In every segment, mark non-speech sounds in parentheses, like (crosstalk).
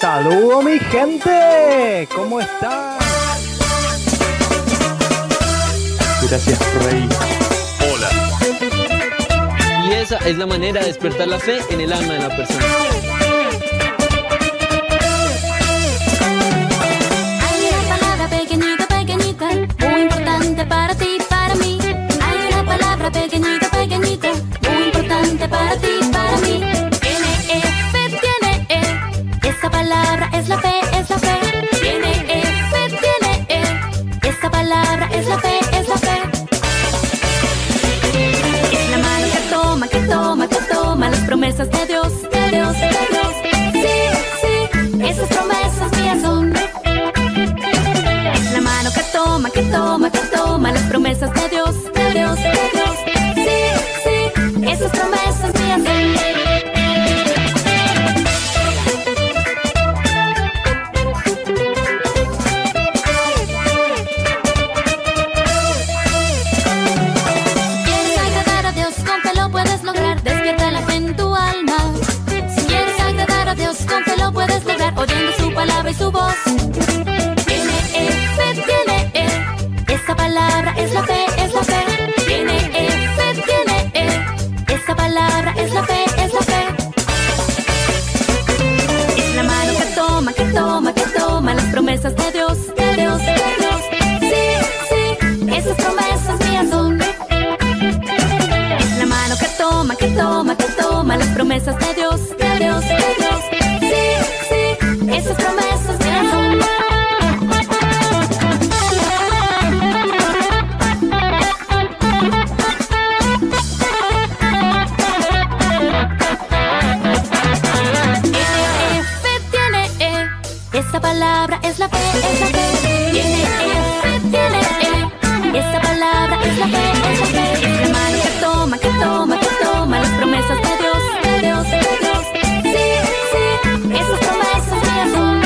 Saludo mi gente, ¿cómo están? Gracias, Rey. Y esa es la manera de despertar la fe en el alma de la persona. Hay una palabra pequeñita, pequeñita, muy importante para ti y para mí. Hay una palabra pequeñita, pequeñita, muy importante para ti y para mí. Tiene fe, tiene E. Esa palabra es la fe, es la fe. Tiene fe, tiene E. Esa palabra es la fe, es la fe. Es la mano que toma, que toma, que toma las promesas de Dios, de Dios, de Dios. Sí, sí, esas promesas mías son. Es la mano que toma, que toma, que toma las promesas de Dios, de Dios, de Dios. Sí, sí, esas promesas mías son. quieres agradar a Dios, con fe lo puedes lograr. Despierta la fe en tu alma. Si quieres agradar a Dios, con fe lo puedes lograr. Oyendo su palabra y su voz. Tiene eh, fe, tiene eh. Esa palabra es la fe, es la fe. Tiene eh, fe, tiene eh. Esa palabra es la fe, es la fe. Es la mano que toma, que toma, que toma las promesas de Dios, de Dios, de Dios. Sí, sí, esas promesas mías son. Es la mano que toma, que toma, que toma las promesas de Dios, de Dios, de Dios. Sí, sí, esas promesas mías son. Tiene fe, tiene E. Esa palabra es la fe, es la fe. Tiene fe, tiene E. Esa palabra es la fe, es la fe. Es la mano que toma, que toma, que toma las promesas de Dios, de Dios, de Dios. Sí, sí, esas promesas mías son.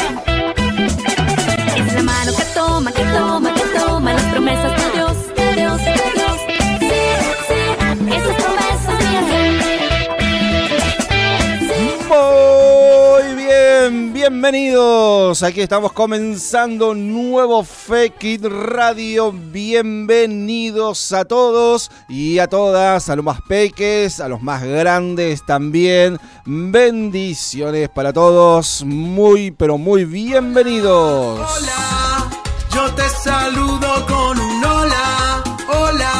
Es la mano que toma, que toma, que toma las promesas de Dios, de Dios, de Dios. Sí, sí, esas promesas mías son. Sí. Muy bien, bienvenidos. Aquí estamos comenzando nuevo Fekit Radio. Bienvenidos a todos y a todas, a los más peques, a los más grandes también. Bendiciones para todos. Muy, pero muy bienvenidos. Hola, yo te saludo con un hola, hola.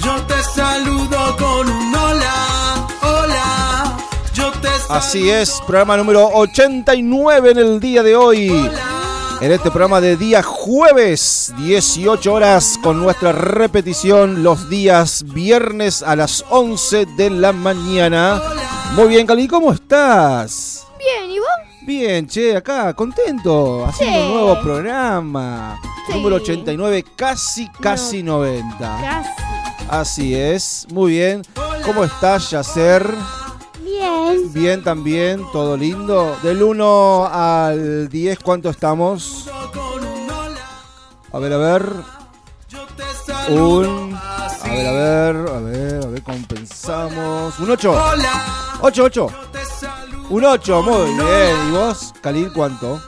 Yo te saludo con un hola, hola. Yo te saludo. Así es, programa número 89 en el día de hoy. En este programa de día jueves, 18 horas, con nuestra repetición los días viernes a las 11 de la mañana. Muy bien, Cali, ¿cómo estás? Bien, ¿y vos? Bien, che, acá, contento, haciendo un nuevo programa. Sí. Número 89, casi, casi 90. Casi. Así es, muy bien. ¿Cómo estás, Yacer? Bien. Bien también, todo lindo. Del 1 al 10, ¿cuánto estamos? A ver, a ver. Un... A ver, a ver, a ver, a ver, compensamos. Un 8. 8, 8. Un 8, muy bien. ¿Y vos, Khalil, cuánto?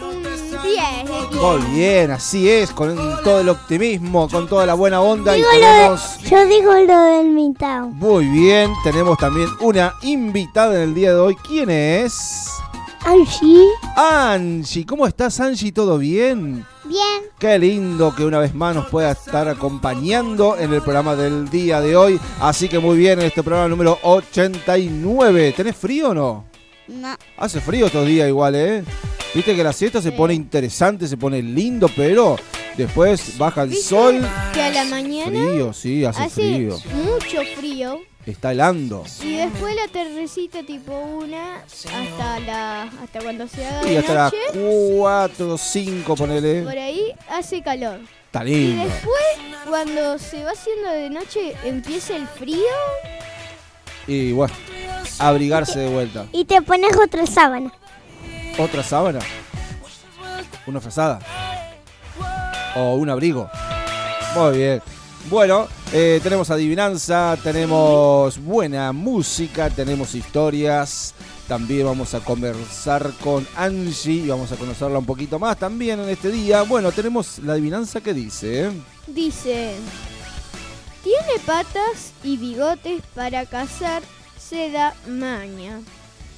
Un 10 de 10. Muy bien, así es, con todo el optimismo, con toda la buena onda y tenemos... Yo digo lo del Mintao. Muy bien, tenemos también una invitada en el día de hoy. ¿Quién es? Angie. Angie, ¿cómo estás Angie? ¿Todo bien? Bien. Qué lindo que una vez más nos pueda estar acompañando en el programa del día de hoy. Así que muy bien, en este programa número 89. ¿Tenés frío o no? No. Hace frío estos días igual, ¿eh? Viste que la siesta se pone interesante, se pone lindo, pero después baja el sol. Que a la mañana Frío, sí, hace hace frío. mucho frío. Está helando. Y después la tardecita tipo una hasta la hasta cuando se haga Y de hasta las noche. 4 o 5, Por ponele. ahí hace calor. Está Y lindo. después cuando se va haciendo de noche empieza el frío. Y bueno, abrigarse de vuelta. Y te pones otra sábana. ¿Otra sábana? ¿Una frazada? ¿O un abrigo? Muy bien. Bueno, Eh, tenemos adivinanza, tenemos buena música, tenemos historias. También vamos a conversar con Angie y vamos a conocerla un poquito más también en este día. Bueno, tenemos la adivinanza que dice. Dice, tiene patas y bigotes para cazar, se da maña.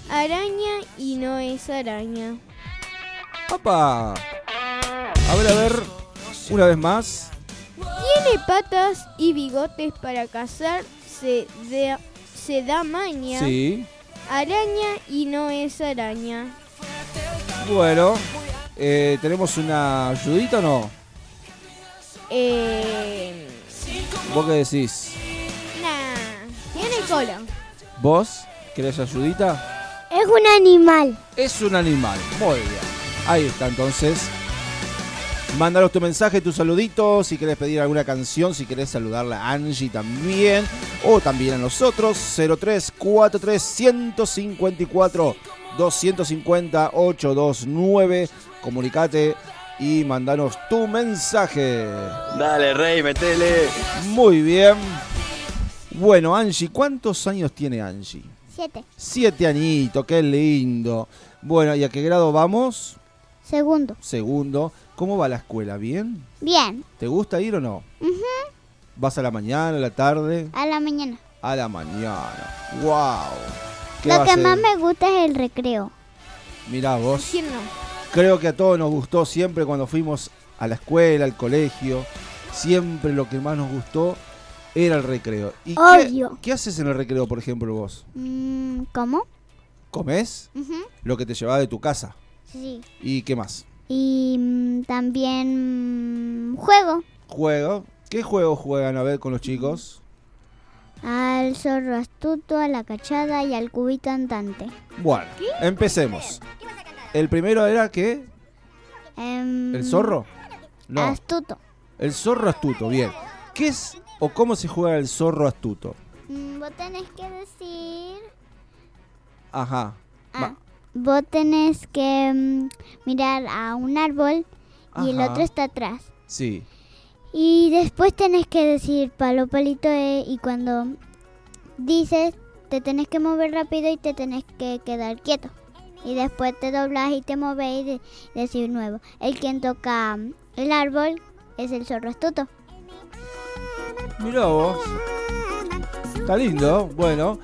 Araña y no es araña. ¡Apa! A ver, a ver, una vez más. Tiene patas y bigotes para cazar, se da, se da maña. Sí. Araña y no es araña. Bueno, eh, ¿tenemos una ayudita o no? Eh, ¿Vos qué decís? nah, tiene cola. ¿Vos querés ayudita? Es un animal. Es un animal. Muy bien. Ahí está entonces. Mándanos tu mensaje, tu saludito, si querés pedir alguna canción, si querés saludarla a Angie también, o también a nosotros, 0343 154 250 829. Comunicate y mandanos tu mensaje. Dale, Rey, metele. Muy bien. Bueno, Angie, ¿cuántos años tiene Angie? Siete. Siete añitos, qué lindo. Bueno, ¿y a qué grado vamos? Segundo. Segundo. ¿Cómo va la escuela? ¿Bien? Bien. ¿Te gusta ir o no? Ujú. ¿Vas a la mañana, a la tarde? A la mañana. A la mañana. ¡Wow! Lo que más me gusta es el recreo. Mirá vos. ¿Quién no? Creo que a todos nos gustó siempre cuando fuimos a la escuela, al colegio. Siempre lo que más nos gustó era el recreo. ¿Y qué- Obvio. qué haces en el recreo, por ejemplo, vos? Mm, ¿Cómo? ¿Comes? Ujú. Lo que te llevaba de tu casa. Sí. ¿Y qué más? Y mm, también mm, juego Juego. ¿Qué juego juegan a ver con los chicos? al zorro astuto, a la cachada y al cubito andante. Bueno, empecemos. El primero era que Em, el zorro. No, Astuto. el zorro astuto, bien. ¿Qué es o cómo se juega el zorro astuto? Mm, Vos tenés que decir. Ajá. Ah, Ma- vos tenés que mm, mirar a un árbol y el Ajá. otro está atrás. Sí. Y después tenés que decir palo, palito, eh, y cuando dices, te tenés que mover rápido y te tenés que quedar quieto. Y después te doblas y te moves y de- decir nuevo. El quien toca mm, el árbol es el zorro astuto. Mirá vos. Está lindo, bueno.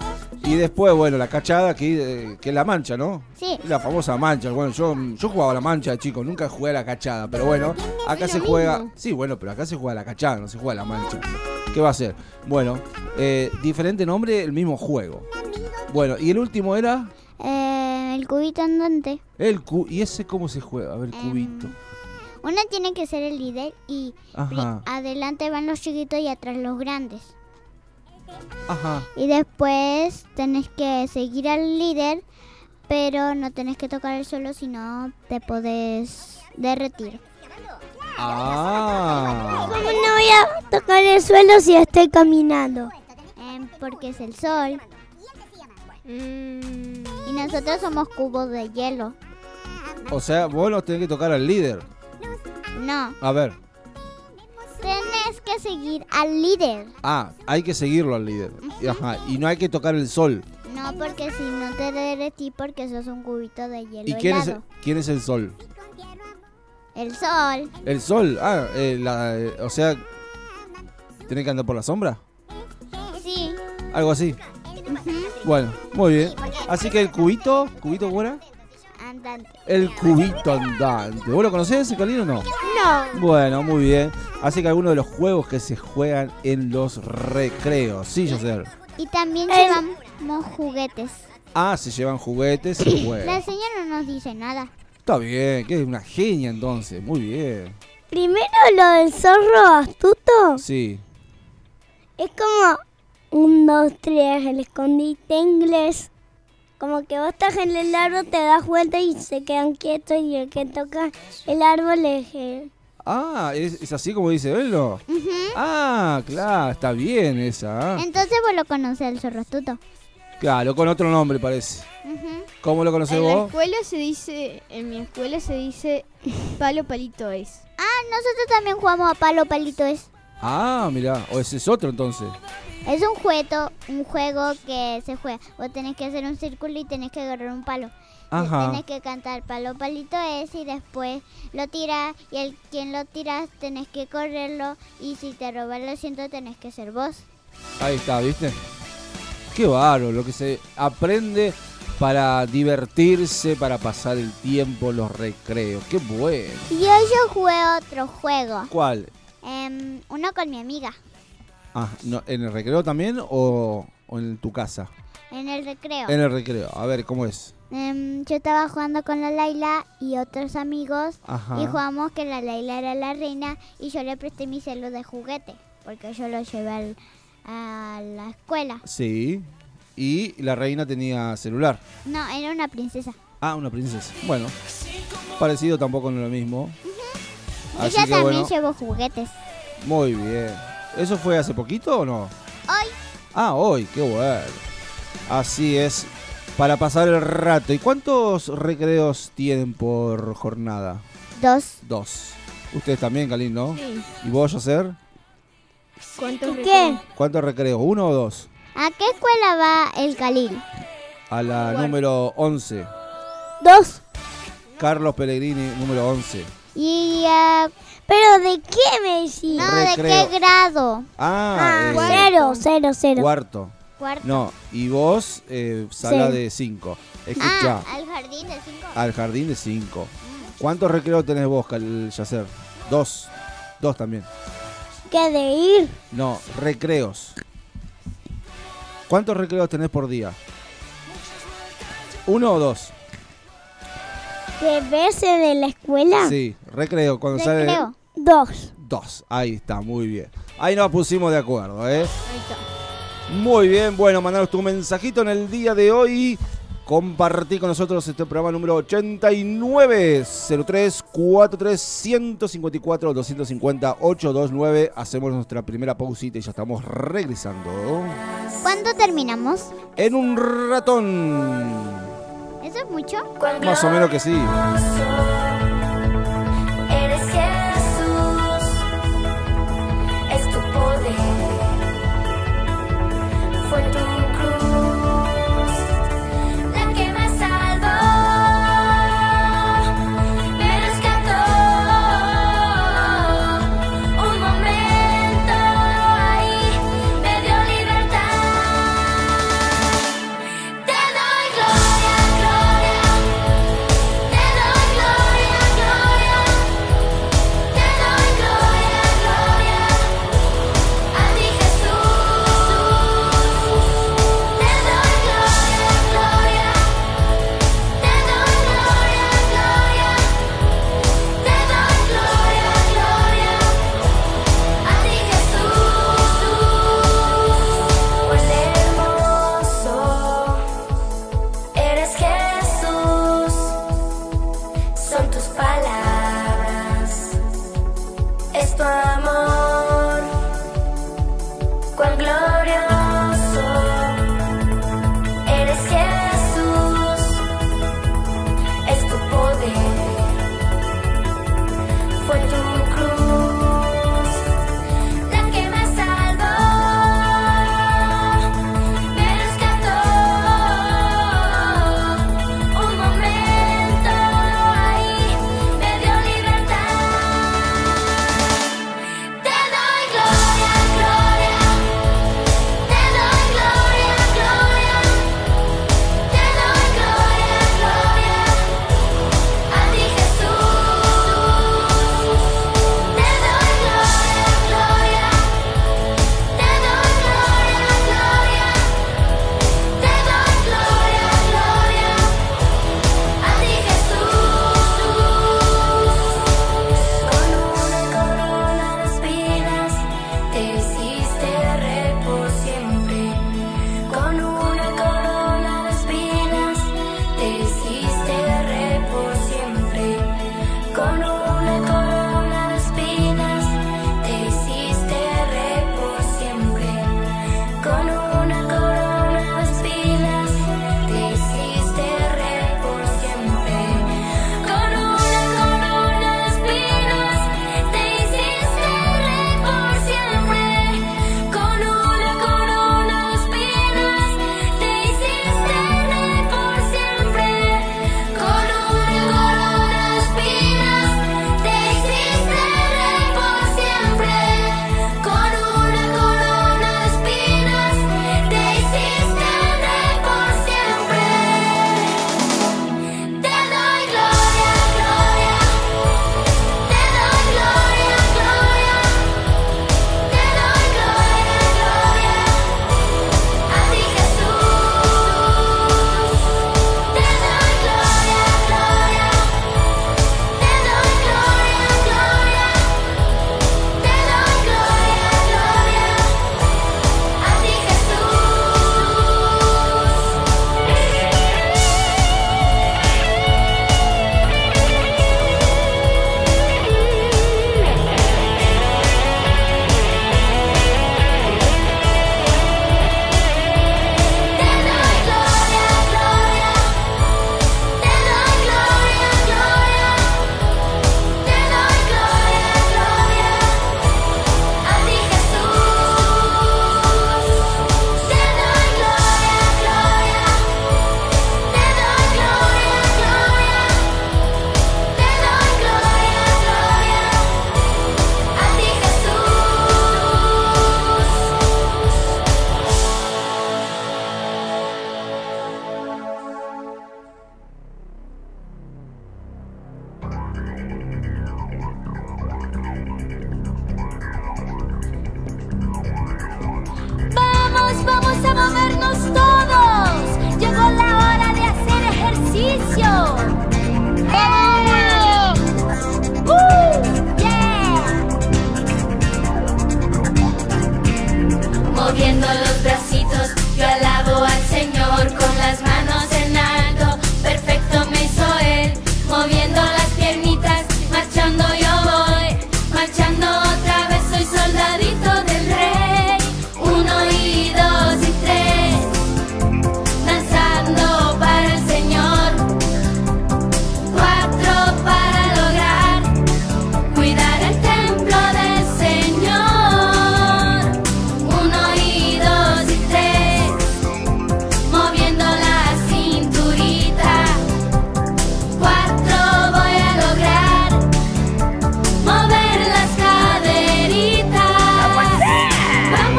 Y después, bueno, la cachada aquí, eh, que es la mancha, ¿no? Sí, La famosa mancha. Bueno, yo, yo jugaba a la mancha, de chico. Nunca jugué a la cachada. Pero bueno, acá se juega. Sí, bueno, pero acá se juega a la cachada, no se juega a la mancha. ¿Qué va a ser? Bueno, eh, diferente nombre, el mismo juego. Bueno, y el último era eh, el cubito andante. el cu. ¿Y ese cómo se juega? A ver, cubito. Uno tiene que ser el líder y pri- Ajá, adelante van los chiquitos y atrás los grandes. ajá. Y después tenés que seguir al líder, pero no tenés que tocar el suelo, sino te podés derretir. Ah, ¿Cómo no voy a tocar el suelo si estoy caminando? Em, porque es el sol. Y nosotros somos cubos de hielo. o sea, vos no tenés que tocar al líder. No, A ver, tenés que seguir al líder. ah, hay que seguirlo al líder. Ajá, y no hay que tocar el sol. No, porque si no te derretí porque sos un cubito de hielo ¿Y quién es, helado. quién es el sol? El sol. El sol, ah, eh, la, eh, o sea, ¿tiene que andar por la sombra? Sí. Algo así. Bueno, muy bien. Así que el cubito, ¿cubito fuera? Andante. El cubito andante. ¿Vos lo conocés, Carlino, o no? No. Bueno, muy bien. Así que algunos de los juegos que se juegan en los recreos. Sí, José. Y también llevamos juguetes. Ah, se llevan juguetes y La juegan. señora no nos dice nada. Está bien, que es una genia entonces. Muy bien. Primero lo del zorro astuto. Sí. Es como un, dos, tres, el escondite inglés. Como que vos estás en el árbol, te das vuelta y se quedan quietos y el que toca el árbol es el... Ah, ¿es, es así como dice Velo? Ah, claro, está bien esa. ¿ah? Entonces vos lo conoces el zorro astuto. Claro, con otro nombre parece. ¿Cómo lo conocés En la vos? escuela se dice, en mi (laughs) escuela se dice palo palito es. Ah, nosotros también jugamos a palo palito es. Ah, mirá, o ese es otro entonces. Es un juego, un juego que se juega. Vos tenés que hacer un círculo y tenés que agarrar un palo. Ajá. Tienes que cantar palo palito es y después lo tiras y el quien lo tiras tenés que correrlo y si te roban el asiento tenés que ser vos. Ahí está, ¿viste? Qué bárbaro, lo que se aprende para divertirse, para pasar el tiempo, los recreos. Qué bueno. Y hoy yo jugué otro juego, ¿Cuál? em, uno con mi amiga, Ah, no, ¿en el recreo también o, o en tu casa? en el recreo. En el recreo, a ver, ¿cómo es? Em, yo estaba jugando con la Laila y otros amigos Ajá. y jugamos que la Laila era la reina y yo le presté mi celo de juguete porque yo lo llevé al- a la escuela. Sí. Y la reina tenía celular. No, era una princesa. Ah, una princesa. Bueno, parecido tampoco no es lo mismo. Así Ella que también bueno, llevó juguetes. muy bien. ¿Eso fue hace poquito o no? Hoy Ah, hoy, qué bueno. Así es, para pasar el rato. ¿Y cuántos recreos tienen por jornada? Dos. Dos. Ustedes también, Kalin, ¿no? Sí. ¿Y vos, Yacer? ¿Cuántos ¿Qué? ¿Cuántos recreos? ¿Uno o dos? ¿A qué escuela va el Calil? A la número 11. Dos. Carlos Pellegrini, número 11. Y, ah, ¿Pero de qué me decís? No, Recreo. ¿de qué grado? Ah, eh, cero, cero, cero. cuarto. Cuarto. No, y vos, eh, sala de 5. Escuchá, Ah, al jardín de cinco. al jardín de 5. ¿Cuántos recreos tenés vos, Kal- Yacer? Dos. Dos también. ¿Qué de ir? No, recreos. ¿Cuántos recreos tenés por día? ¿Uno o dos? ¿De verse de la escuela? Sí, recreo. Cuando sale. Recreo. Dos. Dos. Ahí está, muy bien. Ahí nos pusimos de acuerdo, ¿eh? Muy bien, bueno, mandanos tu mensajito en el día de hoy. Compartí con nosotros este programa número 89 03 43 154 250 829. Hacemos nuestra primera pausita y ya estamos regresando. ¿Cuándo terminamos? En un ratón. ¿Eso es mucho? Más o menos que sí. Eres Jesús, es tu poder, fue tu cruz la que me salvó, me rescató. Un momento ahí me dio libertad. Te doy gloria, gloria, te doy gloria. gimnasio. ¡Vamos! ¡Uh! ¡Yeah! Moviendo los bracitos, yo alabo al Señor con las manos en alto. Perfecto me hizo Él. Moviendo las piernitas, marchando yo voy. Marchando otra vez, soy soldadito del Rey. Uno y dos y tres. Danzando para el Señor. Cuatro para lograr cuidar el templo del Señor. Uno y dos y tres, moviendo la cinturita. Cuatro voy a lograr mover las caderitas. Vamos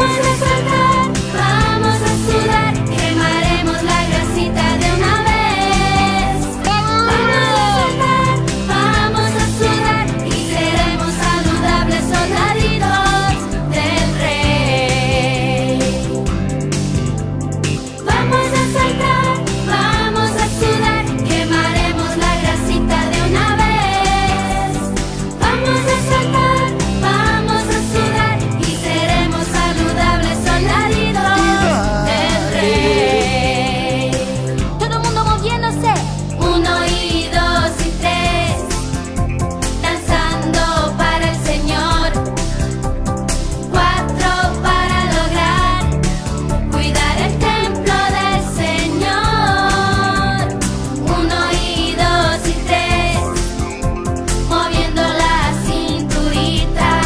a saltar, vamos a sudar, quemaremos la grasita de una vez. Vamos a saltar, vamos a sudar y seremos saludables soldaditos del rey. Vamos a saltar, vamos a sudar, quemaremos la grasita de una vez. Vamos a saltar, vamos a sudar y seremos saludables soldaditos del rey. Todo el mundo moviéndose. Uno y dos y tres, danzando para el Señor. Cuatro para lograr cuidar el templo del Señor. Uno y dos y tres, moviendo la cinturita.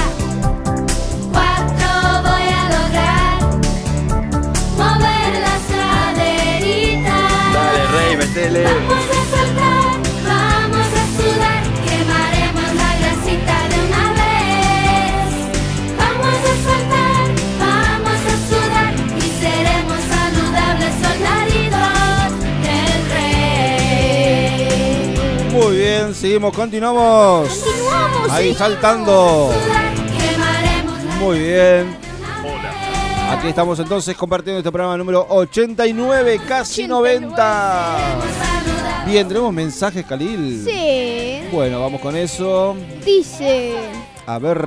Cuatro voy a lograr, mover las caderitas. Dale, Rey, metele. Vamos a saltar, vamos a sudar, quemaremos la grasita de una vez. Vamos a saltar, vamos a sudar y seremos saludables soldaditos del rey. Muy bien, seguimos, continuamos. Continuamos. Ahí seguimos. saltando. Sudar, quemaremos la Muy bien. Aquí estamos entonces compartiendo este programa número 89, casi 90. saludables. Bien, tenemos mensajes, Khalil. Sí. Bueno, vamos con eso. Dice, A ver.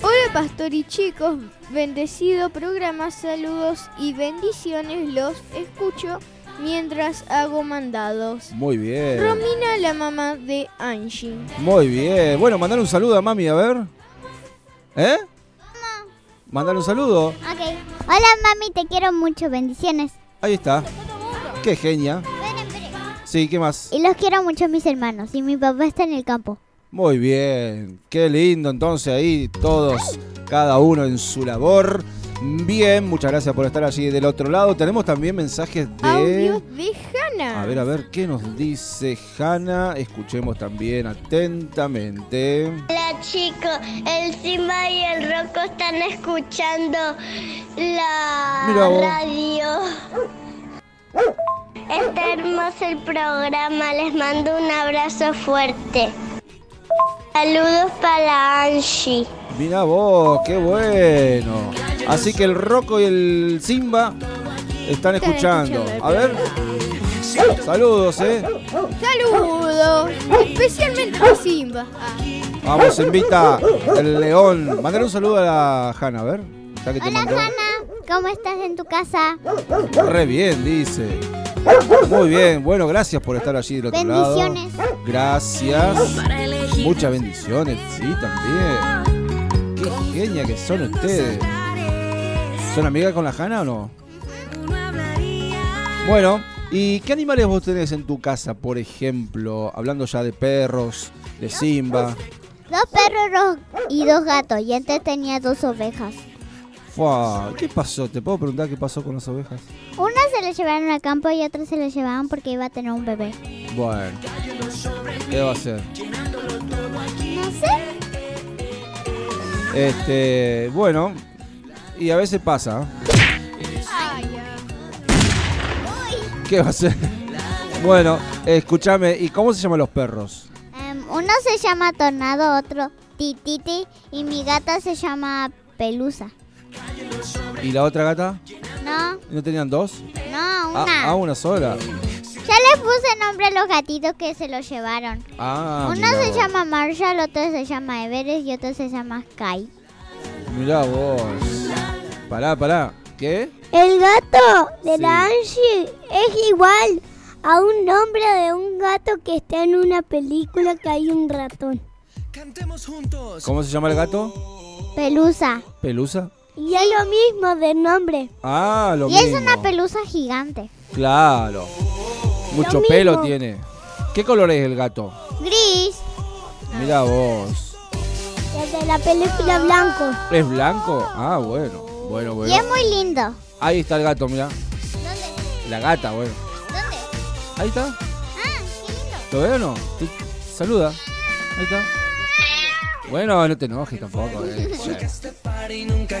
hola pastor y chicos, bendecido programa, saludos y bendiciones, los escucho mientras hago mandados. Muy bien. Romina, la mamá de Angie. Muy bien. Bueno, mandar un saludo a mami, a ver. ¿Eh? Mandar un saludo. Ok. Hola mami, te quiero mucho. Bendiciones. Ahí está. Qué genia. Sí, ¿qué más? Y los quiero mucho a mis hermanos. Y mi papá está en el campo. Muy bien, qué lindo entonces ahí todos, cada uno en su labor. Bien, muchas gracias por estar allí del otro lado. Tenemos también mensajes de... Audios de Hannah. A ver, a ver, ¿qué nos dice Hanna? Escuchemos también atentamente. Hola chicos, el Simba y el Rocco están escuchando la Mira vos. radio. Está hermoso el programa, les mando un abrazo fuerte. Saludos para Angie. Mira vos, qué bueno. Así que el Rocco y el Simba están escuchando. A ver. Saludos, ¿eh? Saludos, especialmente a Simba. Ah, Vamos, invita el león. Mandar un saludo a la Hanna, a ver. ya que te Hola mandó. Hanna, ¿cómo estás en tu casa? Re bien, dice. Muy bien, bueno, gracias por estar allí del otro Bendiciones. lado. Gracias. Muchas bendiciones, sí, también. Qué genia que son ustedes. ¿Son amigas con la Hanna o no? Bueno, ¿y qué animales vos tenés en tu casa, por ejemplo? Hablando ya de perros, de Simba. Dos perros ro- y dos gatos. Y antes tenía dos ovejas. Fua, ¿Qué pasó? ¿Te puedo preguntar qué pasó con las ovejas? Una se la llevaron al campo y otra se la llevaban porque iba a tener un bebé. Bueno, ¿qué va a ser? No sé. Este, bueno, y a veces pasa. ¿eh? ¿Qué va a ser? Bueno, escúchame, ¿y cómo se llaman los perros? Em, uno se llama Tornado, otro Tititi. Y mi gata se llama Pelusa. ¿Y la otra gata? No, ¿No tenían dos? no, Ah, una. ah, una sola. Ya les puse nombre a dos gatitos que se los llevaron. Ah, Uno mirá se vos. llama Marshall, otro se llama Everest y otro se llama Sky. Mirá vos. Pará, pará. ¿Qué? El gato de Sí. la Angie es igual a un nombre de un gato que está en una película que hay un ratón. ¿Cómo se llama el gato? Pelusa. ¿Pelusa? Y es lo mismo de nombre. Ah, lo Y mismo. es una pelusa gigante. Claro. Mucho Lo pelo mismo. tiene. ¿Qué color es el gato? Gris, Mirá vos. desde la película blanco. ¿Es blanco? Ah, bueno. Bueno, Y bueno. es muy lindo. Ahí está el gato, mirá. ¿Dónde? La gata, bueno. ¿Dónde? Ahí está. Ah, qué lindo. ¿Lo veo o no? Te- Saluda. Ahí está. Bueno, no te enojes tampoco. eh. (laughs)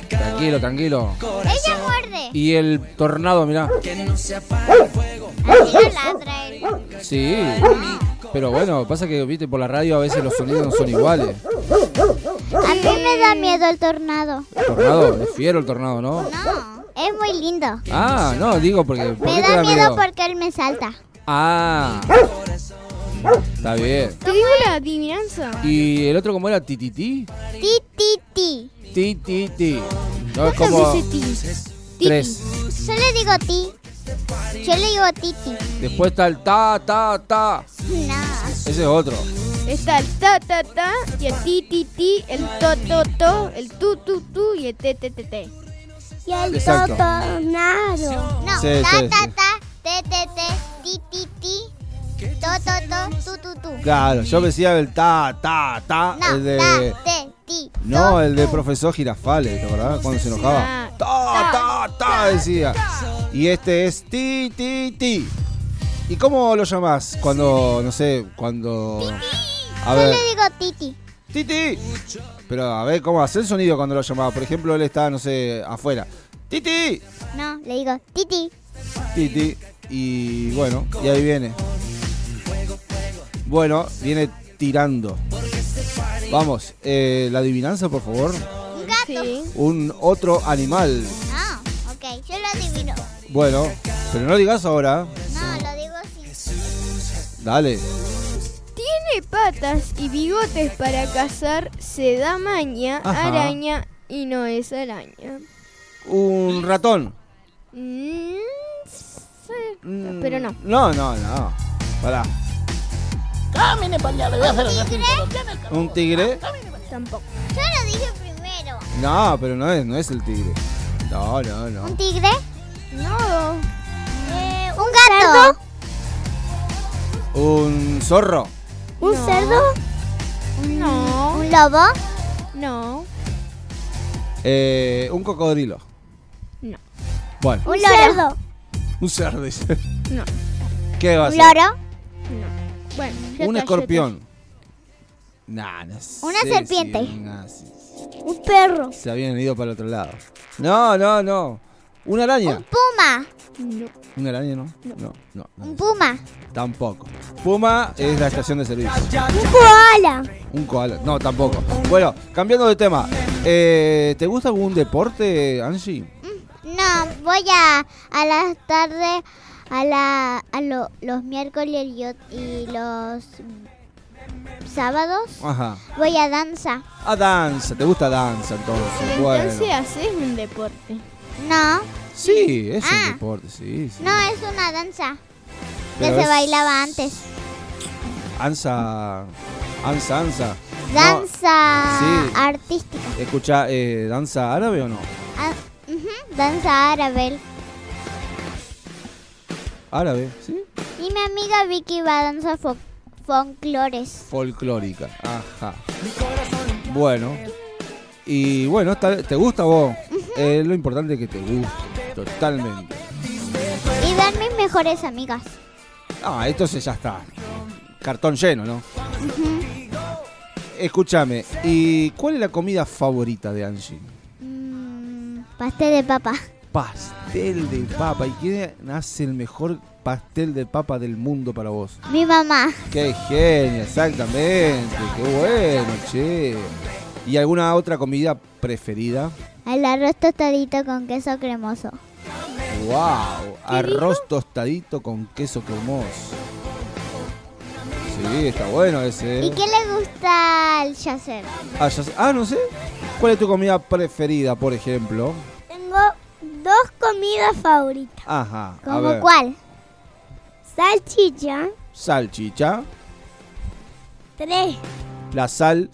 Tranquilo, tranquilo. Ella muerde. Y el tornado, mirá. Así no ladra él. Sí. Pero bueno, pasa que, viste, por la radio a veces los sonidos no son iguales. A mí me da miedo el tornado. Tornado, es fiero el tornado, ¿no? No, es muy lindo. Ah, no, digo porque. ¿por Me qué te da miedo porque él me salta. Ah. Está bien. Te digo una adivinanza. ¿Y el otro cómo era? ¿Tititi? Ti, ti, ti. Ti, ti, ti. No es como. ¿Cuántas veces ti? Tres. Yo le digo ti. Yo le digo titi. Después está el ta, ta, ta. No. Ese es otro. Titi. Está el ta ta ta y el ti ti ti, el to to to, el tu tu tu y el te te te te. Y el Exacto. totonado. No, Sí, sí, ta, ta, sí. ta, te, te, te, ti, ti, ti, to, to, to, tu, tu, tu. Claro, yo me decía el ta, ta, ta. No, el de. ta, te, ti, No, to, el de tu. profesor Girafales, ¿te acordás? Cuando se enojaba. Ah. Ta, ta, ta, decía. Y este es ti, ti, ti. ¿Y cómo lo llamás? Cuando, no sé, cuando... A Yo ver, le digo titi. Titi. Pero a ver, ¿cómo hace el sonido cuando lo llamaba? Por ejemplo, él está, no sé, afuera. Titi, No, le digo titi. Titi. Y bueno, y ahí viene. Bueno, viene tirando. Vamos, eh, la adivinanza, por favor. Un gato. Sí. Un otro animal. No, ok, yo lo adivino. Bueno, pero no digas ahora. No, lo digo sin. Dale. Tiene patas y bigotes para cazar, se da maña, Ajá. araña y no es araña. Un ratón. Mm, sí, Mm, Pero no. No, no, no. Pará. ¿Un tigre? Tampoco. Yo lo dije primero. No, pero no es, no es el tigre. No, no, ¿Un no. tigre? Eh, No. ¿Un gato? Un zorro. ¿Un No. cerdo? No. ¿Un lobo? No. Eh, un cocodrilo. No. Bueno, ¿Un cerdo? un cerdo dice. No. ¿Qué va a ¿Un ser? loro? Bueno. ya está, Un ya escorpión. Nah, no sé Una si serpiente. una- si- ¿Un perro? se habían ido para el otro lado. No, no, no. Una araña. ¿Un puma? está. No. Una araña, ¿no? No, no. Oh. ¿Un no. puma? Tampoco. Puma es la estación de servicio. ¿Un koala? Un koala. No, tampoco. Bueno, cambiando de tema. Eh, ¿Te gusta algún deporte, Angie? Mm, No, voy a, a las tardes, a, la, a lo- los miércoles y, ot- y los sábados. Ajá. Voy a danza. A danza. ¿Te gusta danza entonces? Entonces Bueno. haces un deporte. No, Sí, es Ah. un deporte, sí. sí. no es una danza que Pero se es- bailaba antes. Ansa. Ansa, ansa. No, Danza sí. artística. escucha, eh, ¿danza árabe o no? Ah, ujú, danza árabe. Árabe, ¿sí? Y mi amiga Vicky va a danza fo- folclores. Folclórica. Ajá. Bueno. Y bueno, está- ¿te gusta a vos? Eh, lo importante es que te guste. Totalmente. Y dan mis mejores amigas. Ah, entonces ya está. Cartón lleno, ¿no? Escúchame, ¿y cuál es la comida favorita de Angie? Mm, pastel de papa. Pastel de papa. ¿Y quién hace el mejor pastel de papa del mundo para vos? Mi mamá. ¡Qué genio! Exactamente. ¡Qué bueno, che! ¿Y alguna otra comida preferida? El arroz tostadito con queso cremoso. ¡Wow! Arroz tostadito con queso cremoso. Sí, está bueno ese. ¿eh? ¿Y qué le gusta al Yasser? Ah, ya sé- ah, no sé. ¿Cuál es tu comida preferida, por ejemplo? Tengo dos comidas favoritas. Ajá. a ¿Como ver. cuál? Salchicha. Salchicha. Tres. La sal.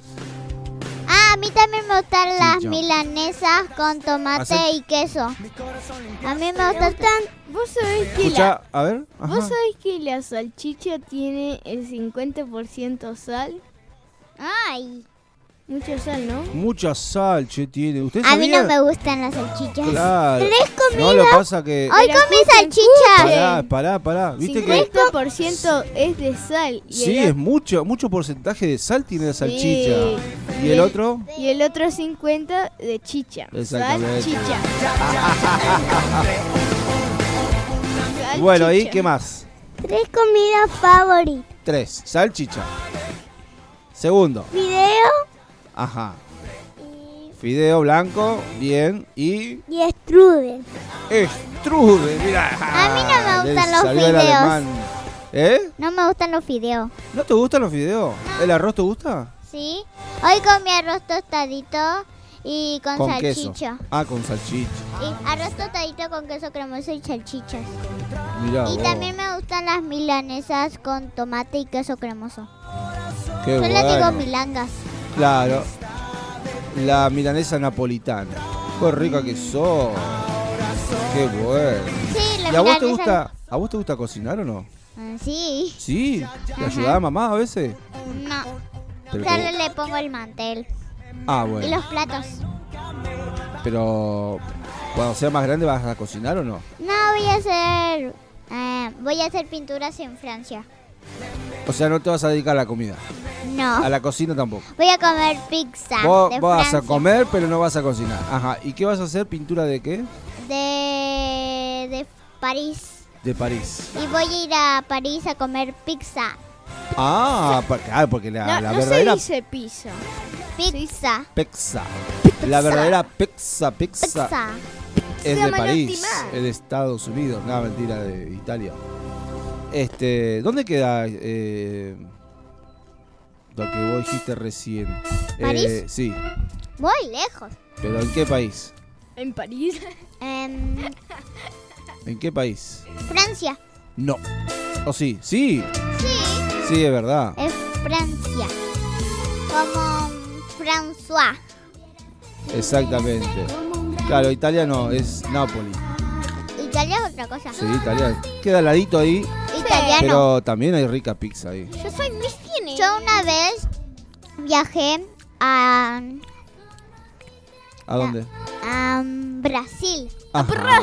Ah, a mí también me gustan las yo. milanesas con tomate Hace- y queso. A mí me gustan Vos sabés que la, Escucha, a ver. Ajá. ¿Vos sabés que la salchicha tiene el 50% sal? Ay. Mucho sal, ¿no? Mucha sal, che, tiene. ¿Usted A mí sabía? no me gustan las salchichas. Claro. Tres No, comidas. lo pasa que. Hoy Pero comí escuchen, salchicha. escuchen. Pará, pará, pará. ¿Viste que.? 50% es de sal. y Sí, el es mucho, mucho porcentaje de sal tiene la salchicha. Sí. ¿Y el otro? Y el otro 50 de chicha. Exactamente. Salchicha. Bueno, ¿y Salchicha. qué más? Tres comidas favoritas. Tres. Salchicha. Segundo. Video Ajá. Fideo blanco, bien. Y. y strudel. Estrude, Ah, mira. A mí no me gustan los fideos. ¿Eh? No me gustan los fideos. ¿No te gustan los fideos? ¿El arroz te gusta? ¿Sí? Hoy comí arroz tostadito y con, queso. salchicha. Ah, con salchicha. Y arroz tostadito con queso cremoso y salchichas. Mirá. Y vos. también me gustan las milanesas con tomate y queso cremoso. Qué Yo le bueno. digo milangas. Claro. La milanesa napolitana. Qué rica que sos. Qué bueno. Sí, la ¿Y a vos te milanesa- gusta? ¿A vos te gusta cocinar o no? Ah, Sí, Sí. ¿Te ayudaba a mamá a veces? no. Pero te- Solo le pongo el mantel. Ah, Y bueno. los platos. Pero cuando sea más grande vas a cocinar o no? No, voy a hacer... eh, voy a hacer pinturas en Francia. O sea, no te vas a dedicar a la comida. No. A la cocina tampoco. Voy a comer pizza. Vos Ah. de vas a Francia. comer, pero no vas a cocinar. Ajá. ¿Y qué vas a hacer? ¿Pintura de qué? De, de París. De París. Y voy a ir a París a comer pizza. Ah, por- claro, porque la, No, la no verdadera se dice pizza. Pizza. pizza. La verdadera pizza, pizza, Pizza. es Pizza de París. manotimá. Es de Estados Unidos. No, mentira, de Italia. Este, ¿dónde queda eh, lo que vos dijiste recién? ¿París? Eh, sí, Muy lejos. pero ¿en qué país? En París. Em, ¿En qué país? Francia. No. ¿O sí? Sí, Sí, sí, es verdad. es Francia. Como mm, François. Exactamente. Claro, Italia no, es Nápoles. Italia es otra cosa. Sí, Italia. Queda al ladito ahí, Italiano. pero también hay rica pizza ahí. Yo soy Miss Yo una vez viajé a, ¿A dónde? a Brasil. Ajá.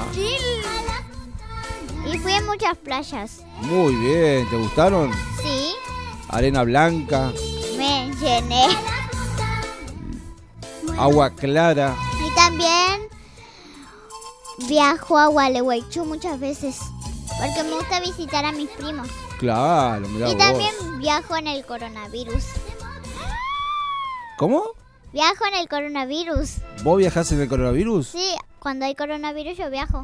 Y fui a muchas playas. Muy bien, ¿te gustaron? Sí, Arena blanca, me llené. agua clara. Y también viajo a Gualeguaychú muchas veces. Porque me gusta visitar a mis primos. Claro, mirá Y vos. también viajo en el coronavirus. ¿Cómo? Viajo en el coronavirus. ¿Vos viajás en el coronavirus? Sí, cuando hay coronavirus yo viajo.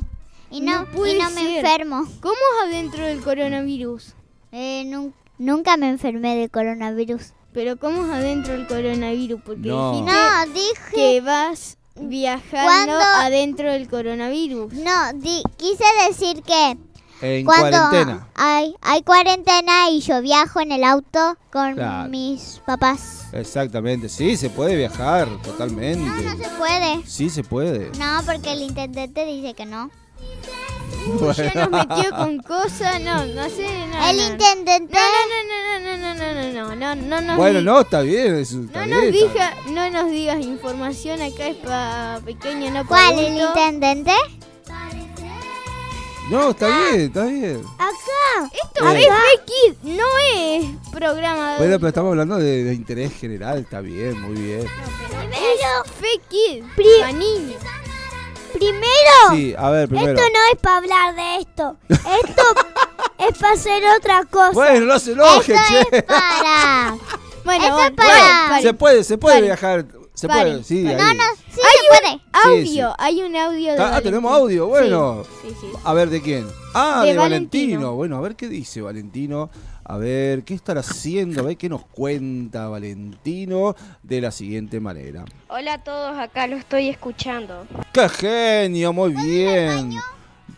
Y no, No puede y no me ser. enfermo. ¿Cómo es adentro del coronavirus? Eh, nun- nunca me enfermé de coronavirus. Pero ¿cómo es adentro del coronavirus? Porque No. dijiste No, dije. que vas viajando ¿Cuándo? adentro del coronavirus. No, di- quise decir que En cuando cuarentena. Hay, hay cuarentena y yo viajo en el auto con Claro. mis papás. Exactamente, sí, se puede viajar No, no totalmente. se puede. Sí, se puede. No, porque el intendente dice que no. Yo nos metió con cosas, no, no sé, no. el no. intendente. No, no, no, no, no, no, no, no, no, no, no, nos (laughs) Bueno, di- no, está bien. es- está No bien, nos, está diga, no nos digas información, acá es para pequeño, no para ¿Cuál? ¿El adulto. intendente? bien. No, está bien, está bien. Acá. Esto Eh. es F-Kid, no es programa Bueno, pero estamos hablando de, de interés general, está bien, muy bien. Primero. F-Kid, Pri- para niños. Primero. Sí, a ver, primero. Esto no es para hablar de esto. Esto (laughs) es para hacer otra cosa. Bueno, no se enoje, esto che. (laughs) es para. Bueno, Esto bueno, es para- bueno, Se puede, se puede Pare. viajar. Se Pare. puede, sí, ahí. No, no, sí se Hay puede. un Sí, audio, sí. hay un audio de Ah, Valentín. tenemos audio, bueno. Sí, sí, sí. A ver, ¿de quién? Ah, de, De Valentino. Valentino. Bueno, a ver qué dice Valentino. A ver, ¿qué estará haciendo? A ver qué nos cuenta Valentino de la siguiente manera. Hola a todos, acá lo estoy escuchando. ¡Qué genio! Muy bien.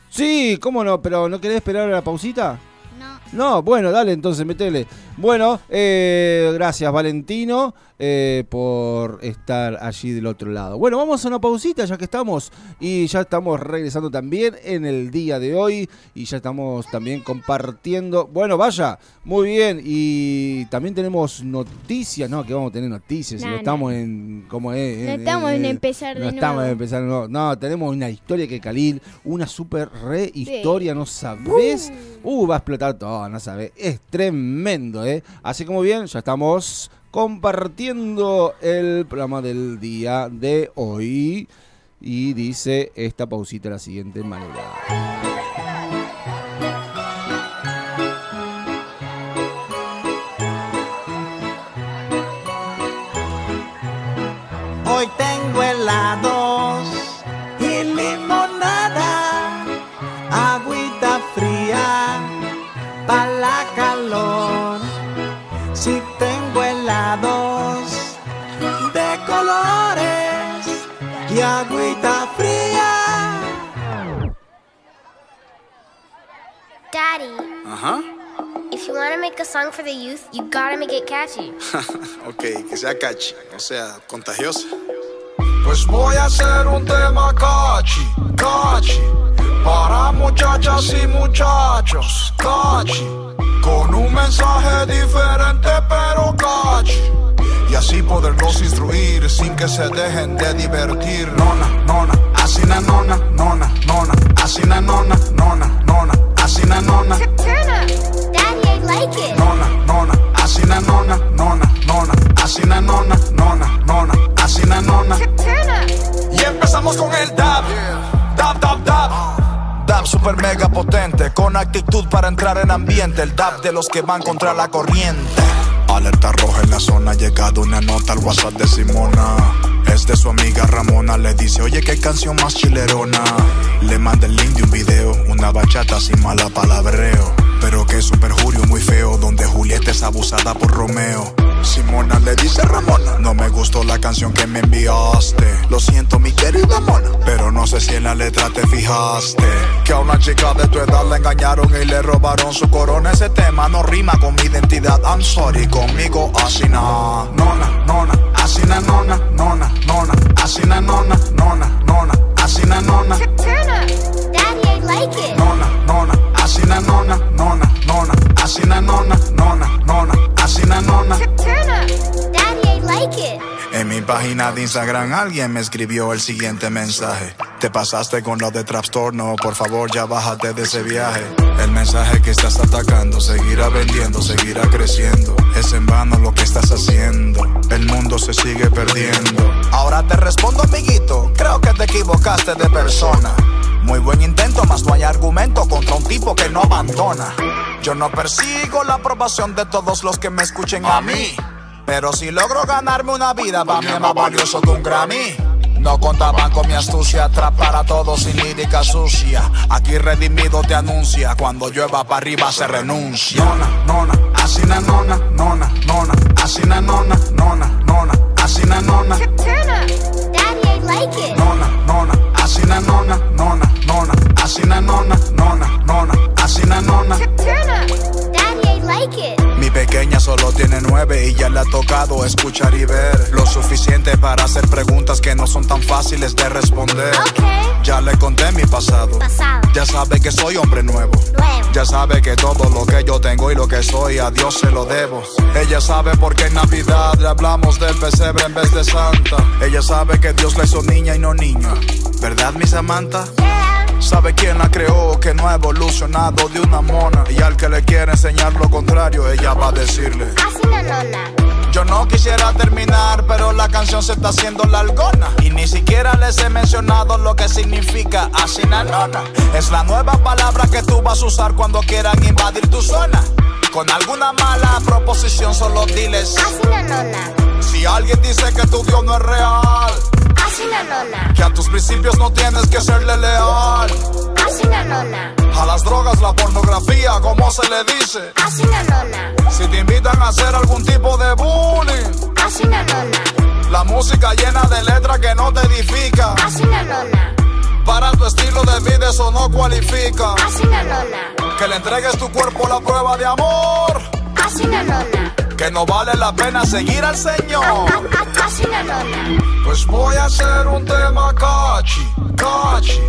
Sí, cómo no, pero ¿no querés esperar a la pausita? No. No, bueno, dale entonces, metele. Bueno, eh, gracias Valentino eh, por estar allí del otro lado. Bueno, vamos a una pausita ya que estamos y ya estamos regresando también en el día de hoy y ya estamos también compartiendo. Bueno, vaya, muy bien y también tenemos noticias, ¿no? Que vamos a tener noticias, si No, no no. estamos en... ¿Cómo es? Eh, No estamos en empezar no de estamos en nuevo. empezar de nuevo. No, tenemos una historia que Khalil, una super re historia, no sabes. Uh, va a explotar todo, no sabes. Es tremendo, ¿eh? Así como bien, ya estamos compartiendo el programa del día de hoy. Y dice esta pausita de la siguiente manera. Hoy tengo helados y limonada, agüita fría para la calor. Si tengo helados de colores y agüita fría. Daddy, Ajá. if you want to make a song for the youth, you gotta make it catchy. ok, que sea catchy, o sea, contagiosa. Pues voy a hacer un tema cachi, cachi, para muchachas y muchachos, cachi, con un mensaje diferente pero cachi. Y así poderlos instruir sin que se dejen de divertir. Nona, nona, así na nona, nona, nona, así na nona, nona, nona, así na nona. Turn up! Daddy, I like it! Nona, nona, así na nona, nona, nona, así na nona, nona, nona, así na nona. Turn up! Y empezamos con el dab, dab, dab, dab. Dab super mega potente, con actitud para entrar en ambiente. El dab de los que van contra la corriente. Alerta roja en la zona, ha llegado una nota al WhatsApp de Simona. Es de su amiga Ramona, le dice, oye, qué canción más chilerona. Le manda el link de un video, una bachata sin mala palabreo. Pero que es un perjurio muy feo, donde Julieta es abusada por Romeo. Simona le dice a Ramona, no me gustó la canción que me enviaste. Lo siento, mi querida mona, pero no sé si en la letra te fijaste. Que a una chica de tu edad la engañaron y le robaron su corona. Ese tema no rima con mi identidad. I'm sorry, conmigo así na. Nona, nona, así na nona, nona, nona, así na nona, nona, nona, así na nona. Turn up! Daddy, I like it! nona, nona, así na nona, nona, nona, así na nona, nona, nona, así na nona. Turn up! Daddy, I like it! En mi página de Instagram alguien me escribió el siguiente mensaje. Te pasaste con lo de trastorno, por favor ya bájate de ese viaje. El mensaje que estás atacando seguirá vendiendo, seguirá creciendo. Es en vano lo que estás haciendo, el mundo se sigue perdiendo. Ahora te respondo, amiguito. Creo que te equivocaste de persona. Muy buen intento, mas no hay argumento contra un tipo que no abandona. Yo no persigo la aprobación de todos los que me escuchen a mí. Pero si logro ganarme una vida, va mí es más valioso que un Grammy. No contaban con mi astucia, atrapar a todos sin lírica sucia. Aquí redimido te anuncia, cuando llueva para arriba se renuncia. Nona, nona, así na nona, nona, nona, así na nona, nona, nona, así na nona. Turn up! Daddy, I like it! Nona, nona, así na nona, nona, nona, así na nona, nona, nona, así na nona. Turn up! Daddy, I like it! Mi pequeña solo tiene nueve y ya le ha tocado escuchar y ver lo suficiente para hacer preguntas que no son tan fáciles de responder. Ya le conté mi pasado. Pasado. Ya sabe que soy hombre nuevo. Nuevo. Ya sabe que todo lo que yo tengo y lo que soy a Dios se lo debo. Ella sabe por qué en Navidad le hablamos del pesebre en vez de Santa. Ella sabe que Dios la hizo niña y no niño. ¿Verdad, mi Samantha? Sabe quién la creó, que no ha evolucionado de una mona. Y al que le quiere enseñar lo contrario, ella va a decirle. Así no, nona. Yo no quisiera terminar, pero la canción se está haciendo largona. Y ni siquiera les he mencionado lo que significa asinanona. Es la nueva palabra que tú vas a usar cuando quieran invadir tu zona. Con alguna mala proposición solo diles Asinanona. Si alguien dice que tu Dios no es real Asinanona. Que a tus principios no tienes que serle leal Así ganona, A las drogas, la pornografía, como se le dice. así ganona, Si te invitan a hacer algún tipo de bullying. así ganona, La música llena de letras que no te edifica. así ganona, Para tu estilo de vida eso no cualifica. así ganona, Que le entregues tu cuerpo la prueba de amor. así ganona, Que no vale la pena seguir al Señor. así ganona, Pues voy a hacer un tema cachi, cachi.